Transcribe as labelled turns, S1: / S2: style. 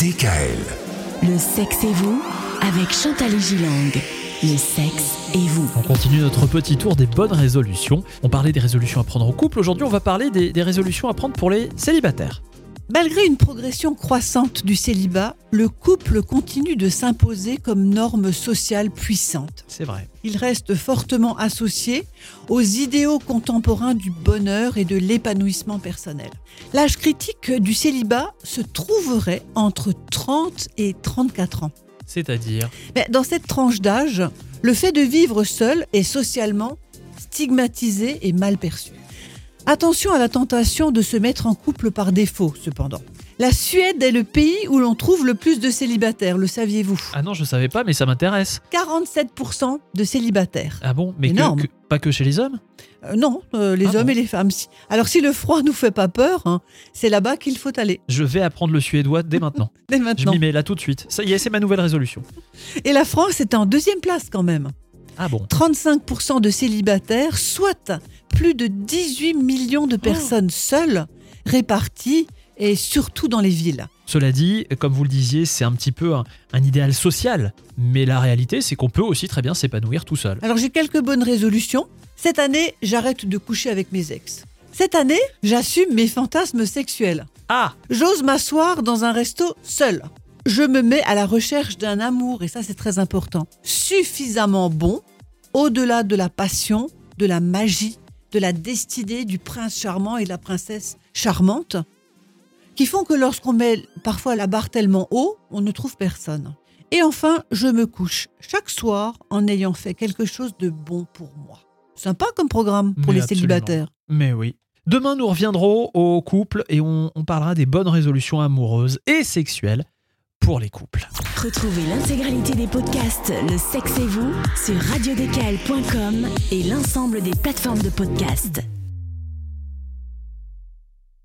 S1: DKL.
S2: Le sexe et vous avec Chantal et Gilang. Le sexe et vous.
S3: On continue notre petit tour des bonnes résolutions. On parlait des résolutions à prendre en couple. Aujourd'hui, on va parler des, des résolutions à prendre pour les célibataires.
S4: Malgré une progression croissante du célibat, le couple continue de s'imposer comme norme sociale puissante.
S3: C'est vrai.
S4: Il reste fortement associé aux idéaux contemporains du bonheur et de l'épanouissement personnel. L'âge critique du célibat se trouverait entre 30 et 34 ans.
S3: C'est-à-dire.
S4: Mais dans cette tranche d'âge, le fait de vivre seul est socialement stigmatisé et mal perçu. Attention à la tentation de se mettre en couple par défaut, cependant. La Suède est le pays où l'on trouve le plus de célibataires, le saviez-vous
S3: Ah non, je savais pas, mais ça m'intéresse.
S4: 47% de célibataires.
S3: Ah bon Mais que-
S4: Énorme.
S3: que- pas que chez les hommes
S4: Euh, non, euh, les
S3: Ah
S4: hommes
S3: bon
S4: et les femmes. Si- Alors si le froid nous fait pas peur, hein, c'est là-bas qu'il faut aller,
S3: Je vais apprendre le suédois dès maintenant.
S4: dès
S3: je
S4: maintenant.
S3: m'y mets là tout de suite. Ça y est, c'est ma nouvelle résolution.
S4: Et la France est en deuxième place quand même.
S3: Ah bon
S4: 35% de célibataires, soit plus de 18 millions de personnes seules, réparties et surtout dans les villes.
S3: Cela dit, comme vous le disiez, c'est un petit peu un, un idéal social. Mais la réalité, c'est qu'on peut aussi très bien s'épanouir tout seul.
S4: Alors j'ai quelques bonnes résolutions. Cette année, j'arrête de coucher avec mes ex. Cette année, j'assume mes fantasmes sexuels.
S3: Ah
S4: J'ose m'asseoir dans un resto seul. Je me mets à la recherche d'un amour, et ça c'est très important, suffisamment bon, au-delà de la passion, de la magie, de la destinée du prince charmant et de la princesse charmante, qui font que lorsqu'on met parfois la barre tellement haut, on ne trouve personne. Et enfin, je me couche chaque soir en ayant fait quelque chose de bon pour moi. Sympa comme programme pour
S3: Mais
S4: les
S3: absolument.
S4: célibataires.
S3: Mais oui. Demain, nous reviendrons au couple et on, on parlera des bonnes résolutions amoureuses et sexuelles pour les couples.
S2: Retrouvez l'intégralité des podcasts Le sexe et vous sur radiodécal.com et l'ensemble des plateformes de podcasts.